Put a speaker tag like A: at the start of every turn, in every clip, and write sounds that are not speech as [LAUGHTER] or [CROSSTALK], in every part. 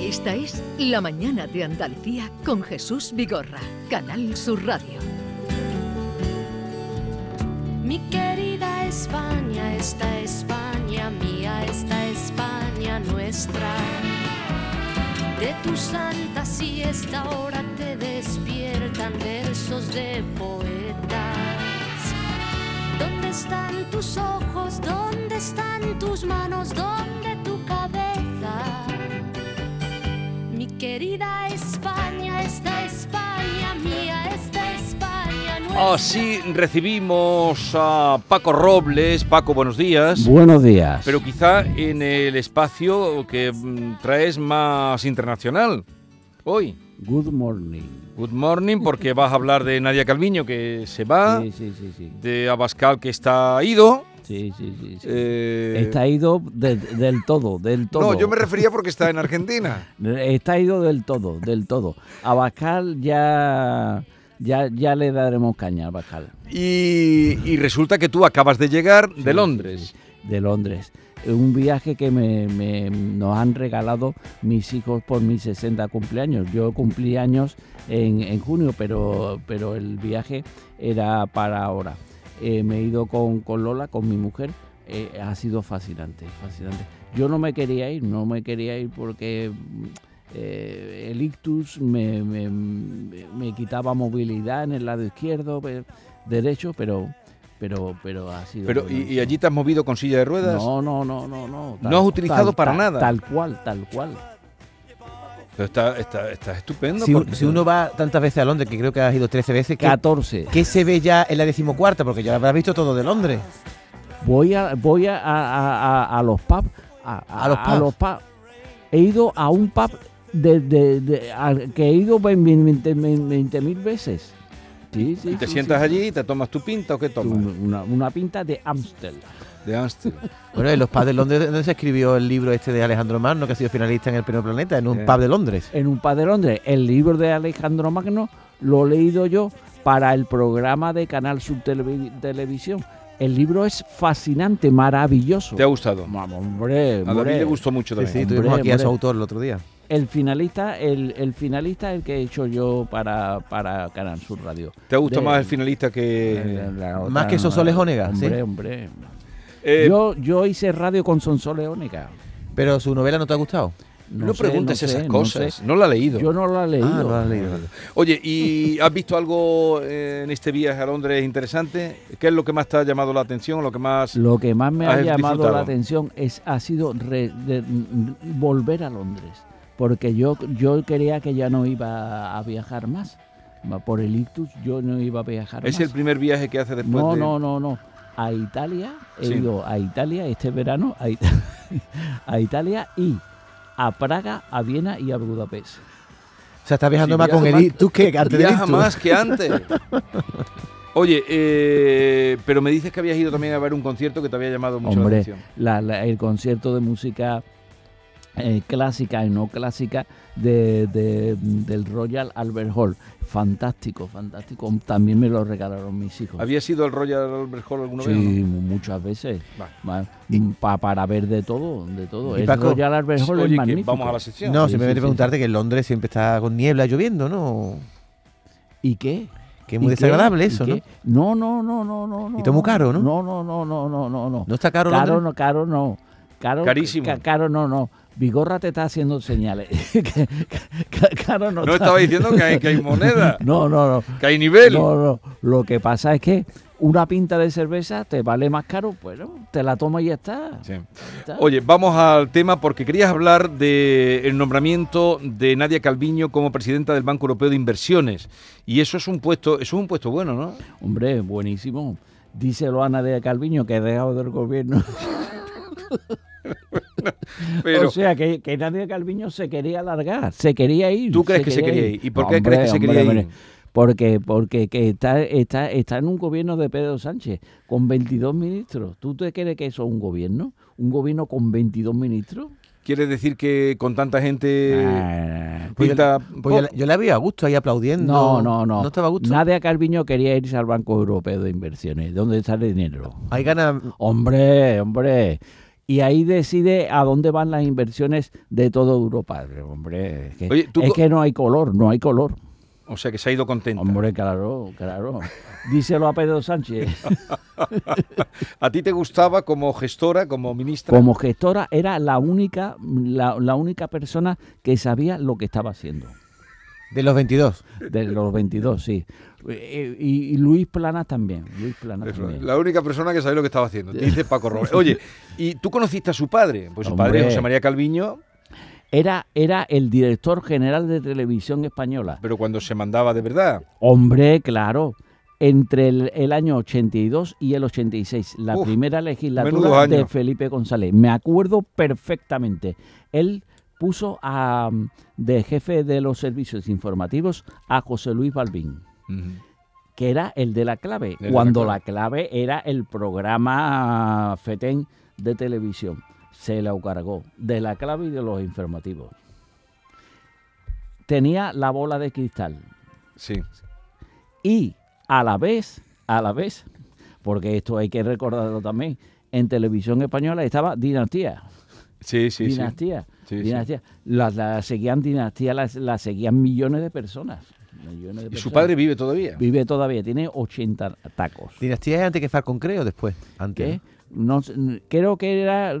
A: Esta es La Mañana de Andalucía con Jesús Vigorra, Canal Sur Radio.
B: Mi querida España, esta España mía, esta España nuestra. De tus altas y esta hora te despiertan versos de poetas. ¿Dónde están tus ojos? ¿Dónde están tus manos? ¿Dónde tu cabeza? Mi querida España, esta España mía, esta España nuestra.
C: Así Ah, recibimos a Paco Robles. Paco, buenos días.
D: Buenos días.
C: Pero quizá en el espacio que mm, traes más internacional hoy.
D: Good morning.
C: Good morning, porque vas a hablar de Nadia Calviño, que se va,
D: Sí, sí, sí, sí.
C: de Abascal, que está ido.
D: Sí, sí, sí, sí.
C: eh,
D: Está ido de- del todo, del todo.
C: no, yo me refería porque está en Argentina.
D: Está ido del todo, del todo. A Bascal ya, ya, ya le daremos caña a Bascal.
C: Y, y resulta que tú acabas de llegar de Londres.
D: De Londres. Un viaje que me, me- nos han regalado mis hijos por mis 60 cumpleaños. Yo cumplí años en, en junio, pero, pero el viaje era para ahora. Eh, me he ido con, con Lola, con mi mujer. Eh, ha sido fascinante, fascinante. Yo no me quería ir, no me quería ir porque mm, eh, el ictus me, me- me- me quitaba movilidad en el lado izquierdo, pe- derecho, pero, pero, pero ha sido...
C: Pero,
D: bueno.
C: y, y allí te has movido con silla de ruedas?
D: No, no, no, no, no.
C: No has utilizado para nada.
D: Tal cual, tal cual.
C: Pero está, está, está estupendo.
E: si,
C: porque-
E: si uno va tantas veces a Londres, que creo que has ido 13 veces, ¿qué,
D: 14.
E: qué se ve ya en la decimocuarta? Porque ya habrás visto todo de Londres.
D: Voy a, voy a, a- a- a los pubs. A,
E: A los pubs.
D: pubs. He ido a un pub de, de- de- al que he ido 20 mil veces. Sí, sí,
C: Y te
D: sí,
C: sientas
D: sí.
C: allí y te tomas tu pinta o qué tomas?
D: Una, una pinta de Amstel.
C: De
D: [LAUGHS]
C: Amstel.
E: Bueno, en los pubs de Londres donde se escribió el libro este de Alejandro Magno, que ha sido finalista en el primer planeta, en un
C: Sí.
E: pub de Londres.
D: En un pub de Londres. El libro de Alejandro Magno lo he leído yo para el programa de Canal Subtelevisión. El libro es fascinante, maravilloso.
C: ¿Te ha gustado?
D: Vamos, hombre,
C: A David
D: hombre.
C: le gustó mucho
E: Sí,
C: también.
E: sí, tuvimos
D: Hombre,
E: aquí a su
D: hombre.
E: autor el otro día.
D: El finalista, el, el finalista, el que he hecho yo para, para Canal Sur Radio.
C: ¿Te ha gustado
D: De-
C: más el finalista
D: La-
C: que...?
D: la otra
E: Eh, más que Sonsoles Ónega,
D: Hombre,
E: sí.
D: hombre.
C: Eh,
D: yo, yo hice radio con Sonsoles Ónega.
E: Pero su novela no te ha gustado.
C: no,
D: sé,
C: preguntes
D: no sé,
C: esas
D: no
C: cosas.
D: sé.
C: No, la he leído.
D: Yo no lo he leído.
E: Ah, no la has leído.
C: Oye, ¿y [LAUGHS] has visto algo eh, en este viaje a Londres interesante? ¿Qué es lo que más te ha llamado la atención? ¿Lo que más...?
D: Lo que más me ha
C: Has
D: llamado
C: disfrutado.
D: la atención es ha sido re- de- n- n- volver a Londres, porque yo yo creía que ya no iba a viajar más. Por el ictus yo no iba a viajar
C: ¿Es
D: más.
C: el primer viaje que haces después
D: No,
C: de...?
D: no, no, no. A Italia, he
C: Sí.
D: ido a Italia este verano, a, Ita- [LAUGHS] a Italia y a Praga, a Viena y a Budapest.
E: O sea, estás viajando
C: Sí,
E: más
C: viaja
E: con
C: más-
E: el ¿Tú qué? Antes del
C: Viaja
E: ictus.
C: más que
D: [LAUGHS]
C: antes. Oye, eh, pero me dices que habías ido también a ver un concierto que te había llamado mucho la
D: Hombre,
C: atención.
D: la- la- el concierto de música eh, clásica y no clásica de, de- del Royal Albert Hall. Fantástico, fantástico. También me lo regalaron mis hijos.
C: ¿Habías ido al Royal Albert Hall alguna
D: Sí,
C: vez? o no?
D: mu- muchas veces.
C: Vale.
D: Ma- pa- para ver de todo, de todo.
E: Y
D: El
E: Paco,
D: Royal Albert Hall
C: Oye,
D: es
C: que
D: magnífico.
C: vamos a la sección.
E: No,
D: Sí,
E: simplemente
D: sí, sí.
E: preguntarte que en Londres siempre está con niebla lloviendo, ¿no?
D: ¿Y qué?
E: Que es muy
D: ¿Y qué?
E: desagradable
D: ¿Y
E: eso, ¿no?
D: qué? No, no, no, no, no, no.
E: Y todo muy caro, ¿no?
D: No, no, no, no, no, no, no.
E: ¿No está caro,
D: Caro
E: Londres?
D: no, caro no. Caro,
C: Carísimo.
D: ca- caro no, no. Vigorra te está haciendo señales. [LAUGHS] Ca- ca- caro no.
C: No
D: está.
C: estaba diciendo que hay, que hay moneda,
D: [LAUGHS] No, no, no.
C: que hay nivel.
D: No, no. Lo que pasa es que una pinta de cerveza te vale más caro, bueno, te la tomas y ya está.
C: Sí.
D: Ya está.
C: Oye, vamos al tema porque querías hablar del nombramiento de Nadia Calviño como presidenta del Banco Europeo de Inversiones. Y eso es un puesto, eso es un puesto bueno, ¿no?
D: Hombre, buenísimo. Díselo a Nadia Calviño que ha dejado del gobierno.
C: Pero
D: o sea, que, que Nadia Calviño se quería alargar, se quería ir.
C: ¿Tú crees que se quería ir? ¿Y por qué crees que se quería ir?
D: Porque, porque que está, está, está en un gobierno de Pedro Sánchez, con 22 ministros. ¿Tú te crees que eso es un gobierno? ¿Un gobierno con 22 ministros?
C: quiere decir que con tanta gente
D: Ah,
E: Pues yo-
C: pinta
E: pues yo, la-
C: poco.
E: yo la veo a gusto ahí aplaudiendo.
D: no, no, no.
E: No estaba a gusto.
D: Nadia Calviño quería irse al Banco Europeo de Inversiones. ¿De dónde sale el dinero?
E: Hay ganas
D: Hombre, hombre. y ahí decide a dónde van las inversiones de toda Europa. Hombre, es que,
C: Oye, tú
D: es
C: co-
D: que no hay color, no hay color.
C: O sea que se ha ido contento.
D: Hombre, claro,
C: [LAUGHS]
D: claro. Díselo a Pedro Sánchez.
C: ¿A ti te gustaba como gestora, como ministra?
D: Como gestora era la única, la, la única persona que sabía lo que estaba haciendo.
E: De los 22.
D: De los 22, sí. Eh, Y, y Luis Planas también. Luis Planas
C: Eso,
D: también.
C: La única persona que sabía lo que estaba
D: [LAUGHS]
C: haciendo, dice Paco Robles. Oye, ¿y tú conociste a su padre? Pues su padre,
D: Hombre.
C: José María Calviño,
D: Era, era el director general de televisión española.
C: pero cuando se mandaba de verdad.
D: Hombre, claro. Entre el, el año 82 y el 86, la
C: Uf,
D: primera
C: menudo
D: legislatura
C: año.
D: de Felipe González. Me acuerdo perfectamente. Él puso a, mm, de jefe de los servicios informativos a José Luis Balbín, que era el de la clave,
C: de La
D: cuando
C: Clave.
D: la clave. era el programa FETEN de televisión. Se la encargó de la clave y de los informativos. Tenía la bola de cristal
C: Sí.
D: y a la vez, a la vez, porque esto hay que recordarlo también, en televisión española estaba Dinastía,
C: Sí, sí, sí.
D: Dinastía,
C: Sí, sí.
D: Dinastía. La, la seguían Dinastía, la, la seguían millones de personas. millones de
C: ¿Y su
D: personas.
C: padre vive todavía?
D: vive todavía, tiene 80 tacos.
E: ¿Dinastía es antes que Falcon Cree o después?
D: ¿Qué?
E: Antes.
D: No, sé, n- creo que era,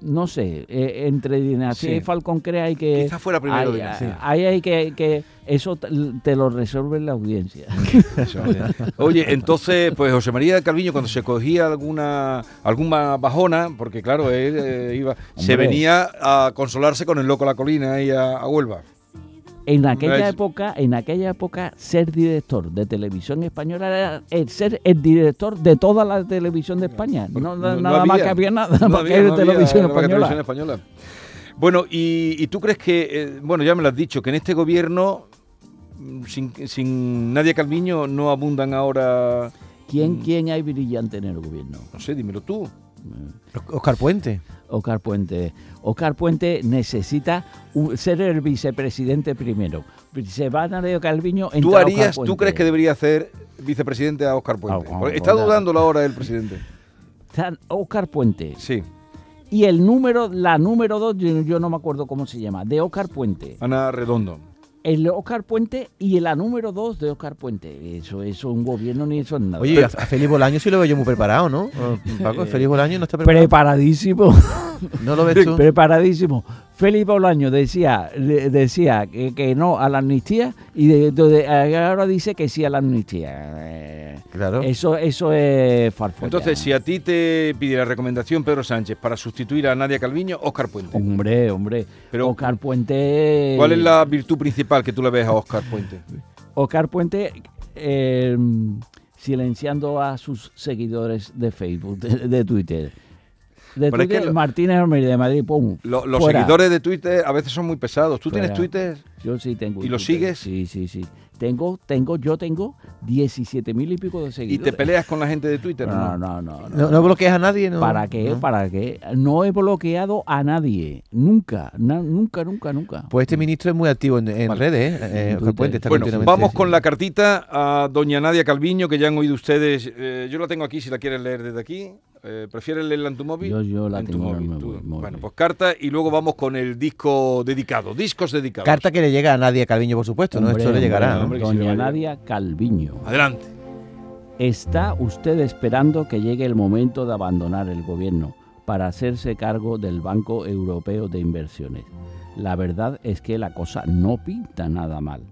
D: no sé, eh, entre Dinastía
C: Sí.
D: y Falcon Crea hay que...
C: Quizá fuera primero
D: hay-
C: Dinastía.
D: Ahí hay que, que... Eso t- te lo resuelve
C: [LAUGHS]
D: la audiencia.
C: Eso, o sea. Oye, entonces, pues José María Calviño, cuando se cogía alguna alguna bajona, porque claro, él eh, iba, se
D: Hombre.
C: venía a consolarse con el loco La Colina y a, a Huelva.
D: En aquella
C: Es-
D: época, en aquella época, ser director de televisión española era el ser el director de toda la televisión de España. No, na-
C: No- no
D: nada más
C: había.
D: que había nada,
C: No
D: porque
C: había,
D: era
C: no había
D: televisión
C: nada más que
D: española.
C: televisión española. Bueno, y, y tú crees que, eh, bueno, ya me lo has dicho, que en este gobierno, mm, sin, sin Nadia Calviño, no abundan ahora,
D: ¿Quién,
C: Mm.
D: quién hay brillante en el gobierno?
C: no sé, dímelo tú.
E: Oscar Puente.
D: Oscar Puente. Oscar Puente necesita u- ser el vicepresidente primero. Se va Nadia Calviño
C: ¿Tú
D: entra Óscar
C: harías, tú
D: Puente.
C: crees que debería hacer vicepresidente a Oscar Puente?
D: Ah,
C: Porque Está
D: bueno.
C: dudando la hora el presidente.
D: [LAUGHS] Está Óscar Puente.
C: Sí,
D: Y el número, la número dos, yo, yo no me acuerdo cómo se llama, de Óscar Puente.
C: Ana Redondo.
D: El Oscar Puente y la número dos de Oscar Puente. Eso es un gobierno ni eso es nada.
E: Oye, a, a Félix Bolaño sí lo veo yo muy preparado,
D: [LAUGHS]
E: ¿no? Eh, Paco, Félix Bolaño no está
C: [LAUGHS]
E: preparado.
D: preparadísimo,
E: ¿No lo ves tú?
D: [LAUGHS] preparadísimo. Félix Bolaño decía, le- decía que, que no a la amnistía y de- de- de- ahora dice que sí a la amnistía. Eh,
E: Claro.
D: Eso, eso es farfolla.
C: Entonces, si a ti te pidiera recomendación Pedro Sánchez para sustituir a Nadia Calviño, Oscar Puente.
D: Hombre, hombre.
C: Pero-
D: Oscar Puente.
C: ¿Cuál es la virtud principal que tú le ves a Oscar Puente?
D: Oscar Puente eh, silenciando a sus seguidores de Facebook, de, de Twitter. De
C: Pero es que
D: Twitter,
C: lo-
D: Martínez Almeida de Madrid, pum.
C: Lo- los
D: fuera.
C: seguidores de Twitter a veces son muy pesados. ¿Tú tienes
D: Fuera.
C: Twitter?
D: Yo sí tengo.
C: ¿Y lo
D: Twitter.
C: sigues?
D: Sí, sí, sí. Tengo, tengo, yo tengo 17 mil y pico de
C: ¿Y
D: seguidores.
C: te peleas con la gente de Twitter? o
D: No, no, no. no.
E: No, no bloqueas a nadie, ¿no?
D: ¿Para qué?
E: No.
D: ¿Para qué? No he bloqueado a nadie. Nunca, na- nunca, nunca, nunca.
E: Pues este ministro es muy activo en, en
C: Vale.
E: redes, ¿eh? eh.
D: Twitter.
E: Oscar Puente está
C: Bueno,
E: continuamente-
C: vamos con la cartita a doña Nadia Calviño, que ya han oído ustedes. Eh, yo la tengo aquí si la quieren leer desde aquí. Eh, ¿Prefieres leerla en tu móvil?
D: Yo- yo la
C: En tu
D: tengo en
C: móvil,
D: el
C: tú.
D: móvil, móvil.
C: Bueno, pues carta y luego vamos con el disco dedicado. Discos dedicados.
E: Carta que le llega a nadie, Calviño, por supuesto, ¿no?
D: Hombre,
E: Esto le
D: hombre,
E: llegará. ¿no?
C: hombre, que sí le va
D: Doña
C: a llegar.
D: Nadia Calviño.
C: Adelante.
D: ¿Está usted esperando que llegue el momento de abandonar el gobierno para hacerse cargo del Banco Europeo de Inversiones? La verdad es que la cosa no pinta nada mal.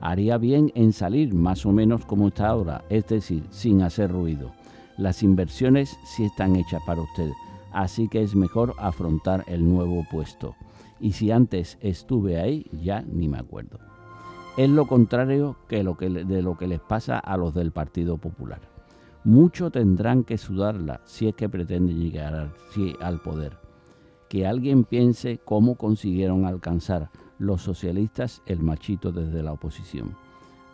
D: Haría bien en salir más o menos como está ahora, es decir, sin hacer ruido. Las inversiones sí están hechas para usted, así que es mejor afrontar el nuevo puesto. Y si antes estuve ahí, ya ni me acuerdo es lo contrario que lo que le- de lo que les pasa a los del Partido Popular. Mucho tendrán que sudarla si es que pretenden llegar al, sí, al poder. Que alguien piense cómo consiguieron alcanzar los socialistas el machito desde la oposición.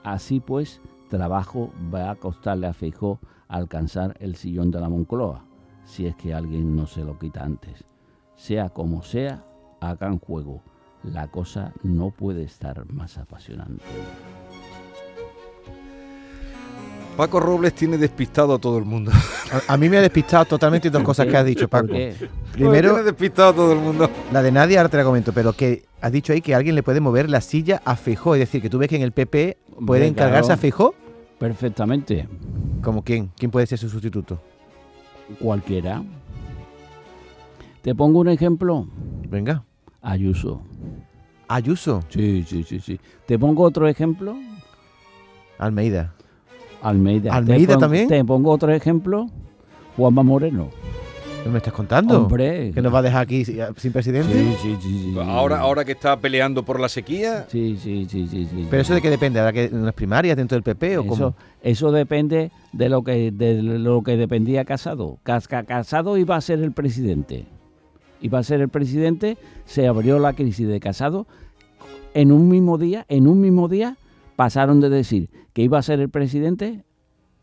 D: Así pues, trabajo va a costarle a Feijó alcanzar el sillón de la Moncloa, si es que alguien no se lo quita antes. Sea como sea, hagan juego. La cosa no puede estar más apasionante.
C: Paco Robles tiene despistado a todo el mundo. [LAUGHS]
E: A, a mí me ha despistado totalmente dos cosas que has dicho,
D: ¿Por
E: Paco.
D: qué?
E: Primero,
C: tiene despistado a todo el mundo.
E: la de nadie, ahora te la comento, pero que has dicho ahí que alguien le puede mover la silla a Feijó. Es decir, que tú ves que en el PP
D: Hombre,
E: puede encargarse
D: claro.
E: a Feijó.
D: Perfectamente.
E: ¿Como quién? ¿Quién puede ser su sustituto?
D: Cualquiera. Te pongo un ejemplo.
E: Venga.
D: Ayuso.
E: Ayuso,
D: Sí, sí, sí, sí. Te pongo otro ejemplo.
E: Almeida.
D: Almeida. Te
E: ¿Almeida
D: pon-
E: también?
D: Te pongo otro ejemplo. Juanma Moreno.
E: ¿No me estás contando?
D: Hombre.
E: ¿Que nos va a dejar aquí si- sin presidente?
D: Sí, sí, sí, sí.
C: Ahora, ahora que está peleando por la sequía,
D: Sí, sí, sí, sí, sí.
E: ¿Pero eso de qué depende? ¿Habrá que unas primarias dentro del PP o
D: eso,
E: cómo?
D: eso depende de lo que de lo que dependía Casado. Casca Casado iba a ser el presidente. Iba a ser el presidente, se abrió la crisis de Casado. En un mismo día, en un mismo día pasaron de decir que iba a ser el presidente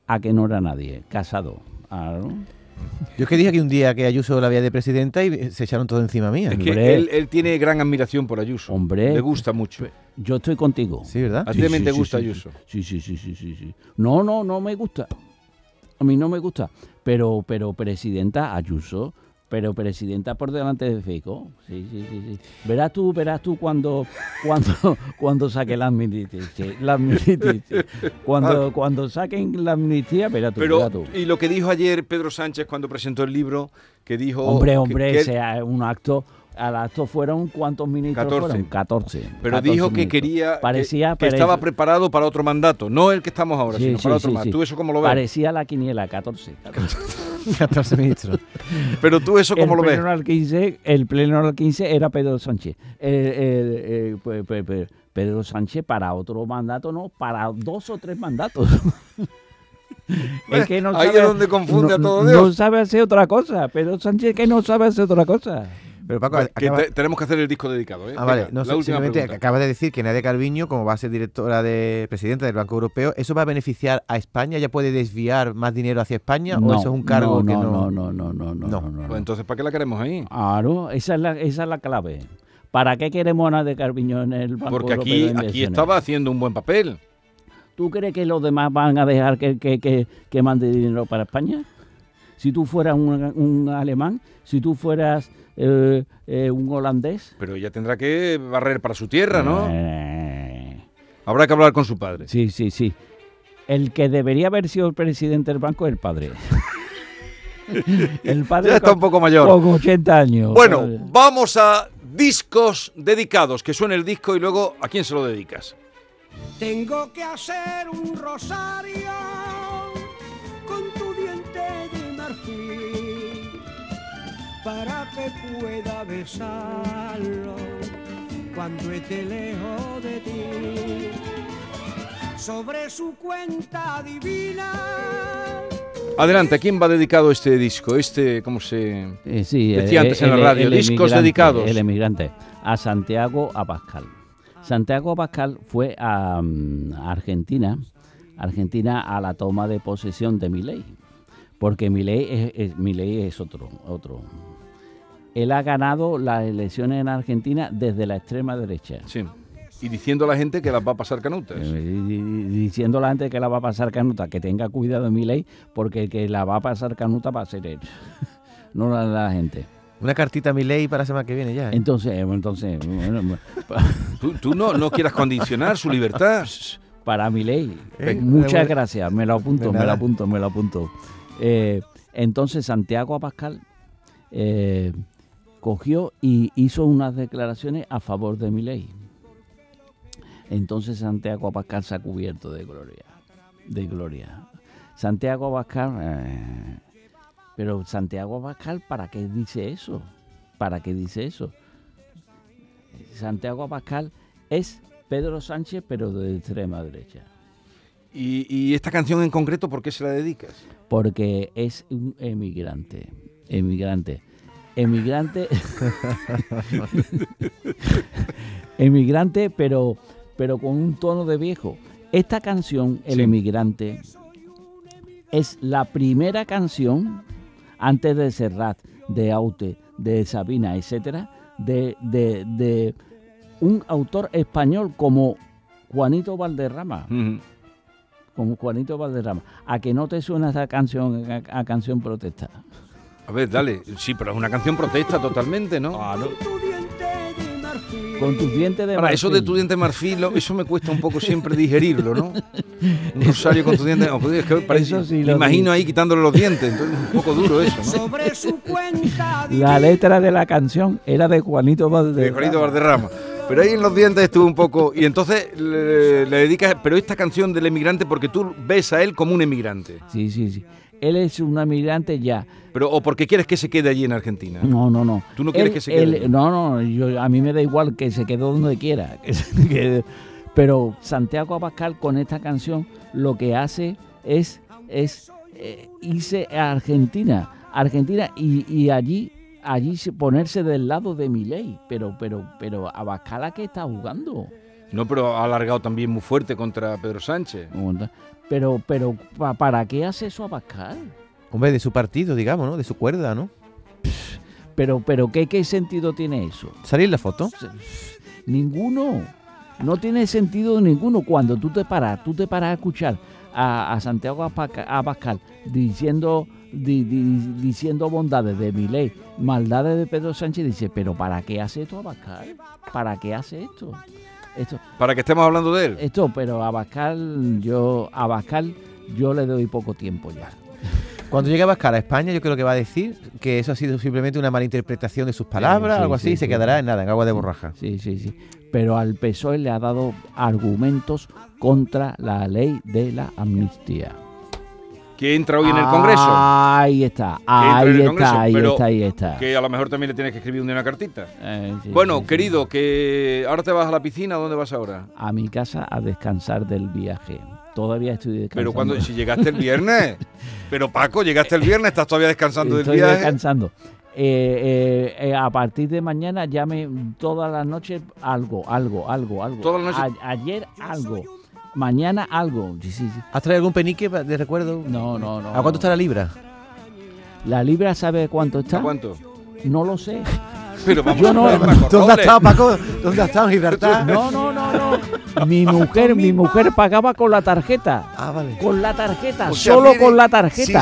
D: a que no era nadie, Casado. Ah, ¿no?
E: Yo es que dije que un día que Ayuso la había de presidenta y eh, se echaron todo encima mía.
C: es que
D: Hombre.
C: él, él tiene gran admiración por Ayuso.
D: Hombre.
C: Le gusta mucho.
D: Yo estoy contigo.
E: Sí, ¿verdad? [LAUGHS]
C: A ti también te gusta
D: sí,
C: Ayuso.
D: Sí, sí, sí, sí, sí, sí. No, no, no me gusta. A mí no me gusta. Pero, pero presidenta Ayuso, pero presidenta por delante de Fico. Sí, sí, sí, sí. Verás tú, verás tú cuando, cuando, [LAUGHS] cuando saque la amnistía. sí, la amnistía. Cuando, cuando saquen la amnistía, verás tú, verás
C: Ah. Pero, eh,
D: tú.
C: y lo que dijo ayer Pedro Sánchez cuando presentó el libro, que dijo...
D: Hombre,
C: que-
D: hombre,
C: que él-
D: sea un acto. Al acto fueron cuántos ministros
C: 14.
D: fueron 14.
C: Pero
D: 14
C: dijo que
D: ministros.
C: quería... que-
D: parecía
C: que, estaba preparado para otro mandato. No el que estamos ahora,
D: Sí,
C: sino
D: sí,
C: para otro
D: sí,
C: más.
D: sí.
C: ¿Tú eso cómo lo ves?
D: Parecía la
C: [LAUGHS]
D: quiniela 14.
E: 14 ministros.
C: Pero tú eso cómo
D: el
C: lo ves.
D: pleno al 15, el pleno al 15 era Pedro Sánchez. El- el- eh, pe- pe- pe- Pedro Sánchez para otro mandato, no, para dos o tres mandatos. [LAUGHS]
C: Ahí es donde confunde a
D: no-
C: todo
D: no
C: Dios.
D: sabe hacer otra cosa. Pedro Sánchez que no sabe hacer otra cosa. [LAUGHS]
E: Pero Paco,
C: Que
E: acaba-
C: te- tenemos que hacer el disco dedicado. ¿eh?
E: Ah, vale.
C: Venga,
E: No,
C: la
E: sí-
C: última
E: simplemente
C: pregunta.
E: acabas de decir que Nadia Calviño, como va a ser directora de presidenta del Banco Europeo, ¿eso va a beneficiar a España? ¿Ya puede desviar más dinero hacia España? ¿O eso es un cargo
D: no,
E: que
D: no, no, no, no, no,
E: No.
D: no, no,
C: Pues
D: no.
C: entonces, ¿para qué la queremos ahí?
D: Claro, esa es la, esa es la clave. ¿Para qué queremos a Nadia Carviño en el Banco
C: Porque
D: Europeo de
C: aquí, aquí
D: Inversiones?
C: estaba haciendo un buen papel.
D: ¿Tú crees que los demás van a dejar que, que, que, que mande dinero para España? Si tú fueras un, un alemán, si tú fueras eh, eh, un holandés.
C: Pero ella tendrá que barrer para su tierra, ¿no?
D: Eh,
C: Habrá que hablar con su padre.
D: sí, sí, sí. El que debería haber sido el presidente del banco es
C: [LAUGHS]
D: el padre. el padre
C: Ya está un
D: con,
C: poco mayor.
D: con 80 años.
C: Bueno, vamos a discos dedicados. Que suene el disco y luego, ¿a quién se lo dedicas?
F: Tengo que hacer un rosario con tu diente de marfil para que pueda besarlo cuando esté lejos de ti. Sobre su cuenta divina
C: Adelante, ¿a quién va dedicado este disco? Este, ¿cómo se...?
D: Eh, sí,
C: Decía
D: eh,
C: antes en la radio, discos
D: emigrante,
C: dedicados.
D: El emigrante, a Santiago Abascal. Santiago Abascal fue a, mm, a Argentina, Argentina a la toma de posesión de Milei, porque Milei es, es- Milei es otro, otro. Él ha ganado las elecciones en Argentina desde la extrema derecha.
C: Sí. Y diciendo a la gente que las va a pasar canutas.
D: Eh, di- di- Diciendo a la gente que la va a pasar canuta, que tenga cuidado de Milei, porque el que la va a pasar canuta va a ser él, [LAUGHS] no la- la gente.
E: Una cartita a mi ley para la semana que viene ya. ¿eh?
D: Entonces, eh, entonces, bueno, bueno, pa-
C: Tú, tú no, no quieras condicionar su libertad.
D: para mi ley.
E: Eh,
D: Muchas
E: bueno.
D: gracias, me lo
E: De
D: apunto, me lo
E: nada.
D: apunto, me lo apunto. Eh, entonces, Santiago Abascal eh, cogió y hizo unas declaraciones a favor de mi ley. Entonces, Santiago Abascal se ha cubierto de gloria. De gloria. Santiago Abascal. eh, pero Santiago Abascal, ¿para qué dice eso? ¿Para qué dice eso? Santiago Abascal es Pedro Sánchez, pero de extrema derecha.
C: Y, y esta canción en concreto, ¿por qué se la dedicas?
D: Porque es un emigrante. Emigrante. Emigrante. [LAUGHS] emigrante, pero, pero con un tono de viejo. Esta canción, El
C: Sí.
D: emigrante, es la primera canción antes de Serrat, de Aute, de Sabina, etcétera, de, de- de un autor español como Juanito Valderrama.
C: Ujú.
D: con Juanito Valderrama. ¿A que no te suena esa canción a, a canción protesta?
C: A ver, dale. Sí, pero es una canción protesta totalmente, ¿no?
D: Ah,
F: con tu diente de marfil.
D: Con tus dientes de
C: Ahora, eso de
D: marfil.
C: tu diente de marfil, lo- eso me cuesta un poco siempre digerirlo, ¿no? Un rosario con tu diente de marfil, es que parece-
D: Eso sí
C: me
D: lo
C: imagino
D: digo.
C: ahí quitándole los dientes, entonces es un poco duro
D: [LAUGHS]
C: eso, ¿no?
F: Sobre su cuenta
D: La
F: divina.
D: letra de la canción era de Juanito Valderrama.
C: De Juanito Valderrama. Pero ahí en los dientes estuvo un poco. Y entonces le, le dedicas. Pero esta canción del emigrante, porque tú ves a él como un emigrante.
D: Sí, sí, sí. Él es un emigrante ya.
C: Pero, o porque quieres que se quede allí en Argentina.
D: No, no, no.
C: ¿Tú no quieres
D: Él-
C: que se quede
D: él-
C: allí?
D: no, no, yo, a mí me da igual que se quede donde quiera. [LAUGHS] que se quede. Pero Santiago Abascal con esta canción lo que hace es, es eh, irse a Argentina. Argentina y, y allí allí se- ponerse del lado de Milei. Pero, pero, pero Abascal a qué está jugando.
C: No, pero ha alargado también muy fuerte contra Pedro Sánchez.
D: Pero, pero ¿pa- ¿para qué hace eso Abascal?
E: Hombre, de su partido, digamos, ¿no? De su cuerda, ¿no?
D: Pero, pero ¿qué, qué sentido tiene eso?
E: Salir la foto.
D: Ninguno. No tiene sentido ninguno. Cuando tú te paras, tú te paras a escuchar a, a Santiago Apaca- Abascal diciendo, di- di- diciendo bondades de Milei, maldades de Pedro Sánchez, dice, pero ¿para qué hace esto Abascal? ¿Para qué hace esto? Esto,
C: Para que estemos hablando de él.
D: esto pero Abascal, yo, Abascal, yo le doy poco tiempo ya.
E: Cuando llegue Abascal a España, yo creo que va a decir que eso ha sido simplemente una malinterpretación de sus palabras,
D: sí,
E: algo así,
D: sí,
E: y se
D: sí.
E: quedará en nada, en agua de borraja.
D: Sí, sí, sí. Pero al PSOE E le ha dado argumentos contra la ley de la amnistía.
C: Que entra hoy en
D: Ah.
C: el Congreso.
D: Ahí está,
C: entre en
D: ahí
C: el
D: está,
C: Congreso,
D: ahí
C: pero
D: está, ahí está.
C: Que a lo mejor también le tienes que escribir un día una cartita.
D: Eh, sí, sí,
C: Bueno,
D: sí.
C: querido, que ahora te vas a la piscina, ¿dónde vas ahora?
D: A mi casa a descansar del viaje. Todavía estoy descansando.
C: Pero cuando si llegaste el viernes. Pero Paco, llegaste el viernes, estás todavía descansando del
D: Estoy
C: viaje.
D: descansando. Eh, eh, eh, a partir de mañana ya me todas las noches algo, algo, algo, algo.
C: Todas las noches.
D: A- ayer algo, mañana algo. Sí, sí, sí.
E: ¿Has traído algún penique pa- de recuerdo?
D: No, no, no.
E: ¿A cuánto
D: no.
E: está la libra?
D: La libra sabe cuánto está.
C: ¿A cuánto?
D: No lo sé.
C: Pero vamos
D: Yo no-
C: a ver, Paco,
E: ¿Dónde has
C: doble.
E: estado, Paco? ¿Dónde has estado, en
C: [LAUGHS]
E: Gibraltar?
D: No, no, no, no. Mi mujer, mi mujer pagaba con la tarjeta.
E: Ah, vale.
D: Con la tarjeta,
C: O sea,
D: solo
C: mire,
D: con la tarjeta.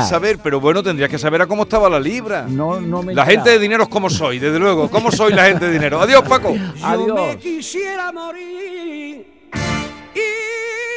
C: Sin saber, pero bueno, tendrías que saber a cómo estaba la libra.
D: No, no me
C: la
D: enteraba.
C: gente de dinero es como soy, desde luego. ¿Cómo soy la gente de dinero? Adiós, Paco.
F: Yo me
D: Adiós.
F: quisiera morir y